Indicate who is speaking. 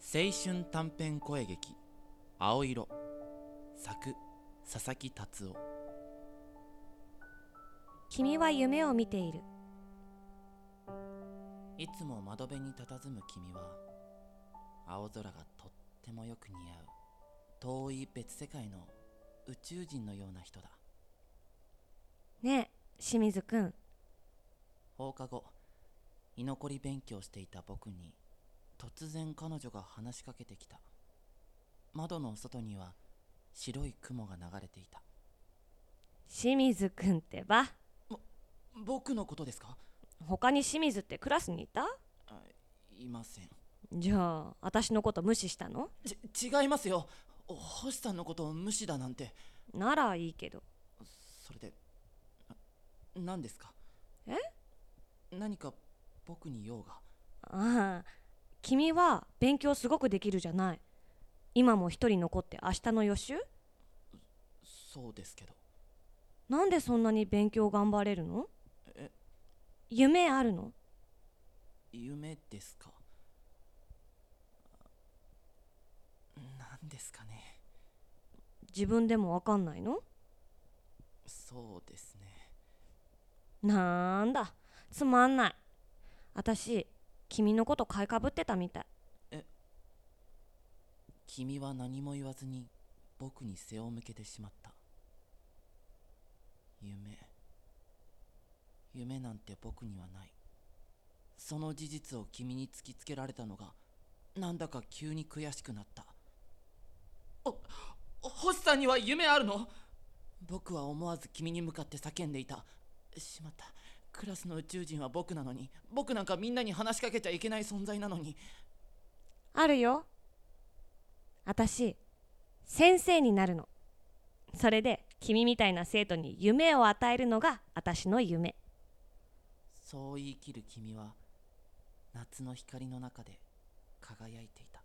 Speaker 1: 青春短編声劇「青色」作佐々木達夫
Speaker 2: 君は夢を見ている
Speaker 1: いつも窓辺に佇む君は青空がとってもよく似合う遠い別世界の宇宙人のような人だ
Speaker 2: ねえ清水くん
Speaker 1: 放課後居残り勉強していた僕に突然彼女が話しかけてきた窓の外には白い雲が流れていた
Speaker 2: 清水くんってば
Speaker 1: 僕のことですか
Speaker 2: 他に清水ってクラスにいた
Speaker 1: いません
Speaker 2: じゃあ私のこと無視したの
Speaker 1: ち違いますよお星さんのことを無視だなんて
Speaker 2: ならいいけど
Speaker 1: それでな何ですか
Speaker 2: え
Speaker 1: 何か僕に用が
Speaker 2: ああ君は勉強すごくできるじゃない今も一人残って明日の予習
Speaker 1: そうですけど
Speaker 2: なんでそんなに勉強頑張れるの
Speaker 1: え
Speaker 2: 夢あるの
Speaker 1: 夢ですか何ですかね
Speaker 2: 自分でもわかんないの
Speaker 1: そうですね
Speaker 2: なんだつまんない私君のこと買いかぶってたみたい
Speaker 1: 君は何も言わずに僕に背を向けてしまった夢夢なんて僕にはないその事実を君に突きつけられたのがなんだか急に悔しくなったお星さんには夢あるの僕は思わず君に向かって叫んでいたしまったクラスの宇宙人は僕なのに僕なんかみんなに話しかけちゃいけない存在なのに
Speaker 2: あるよ私先生になるのそれで君みたいな生徒に夢を与えるのが私の夢
Speaker 1: そう言い切る君は夏の光の中で輝いていた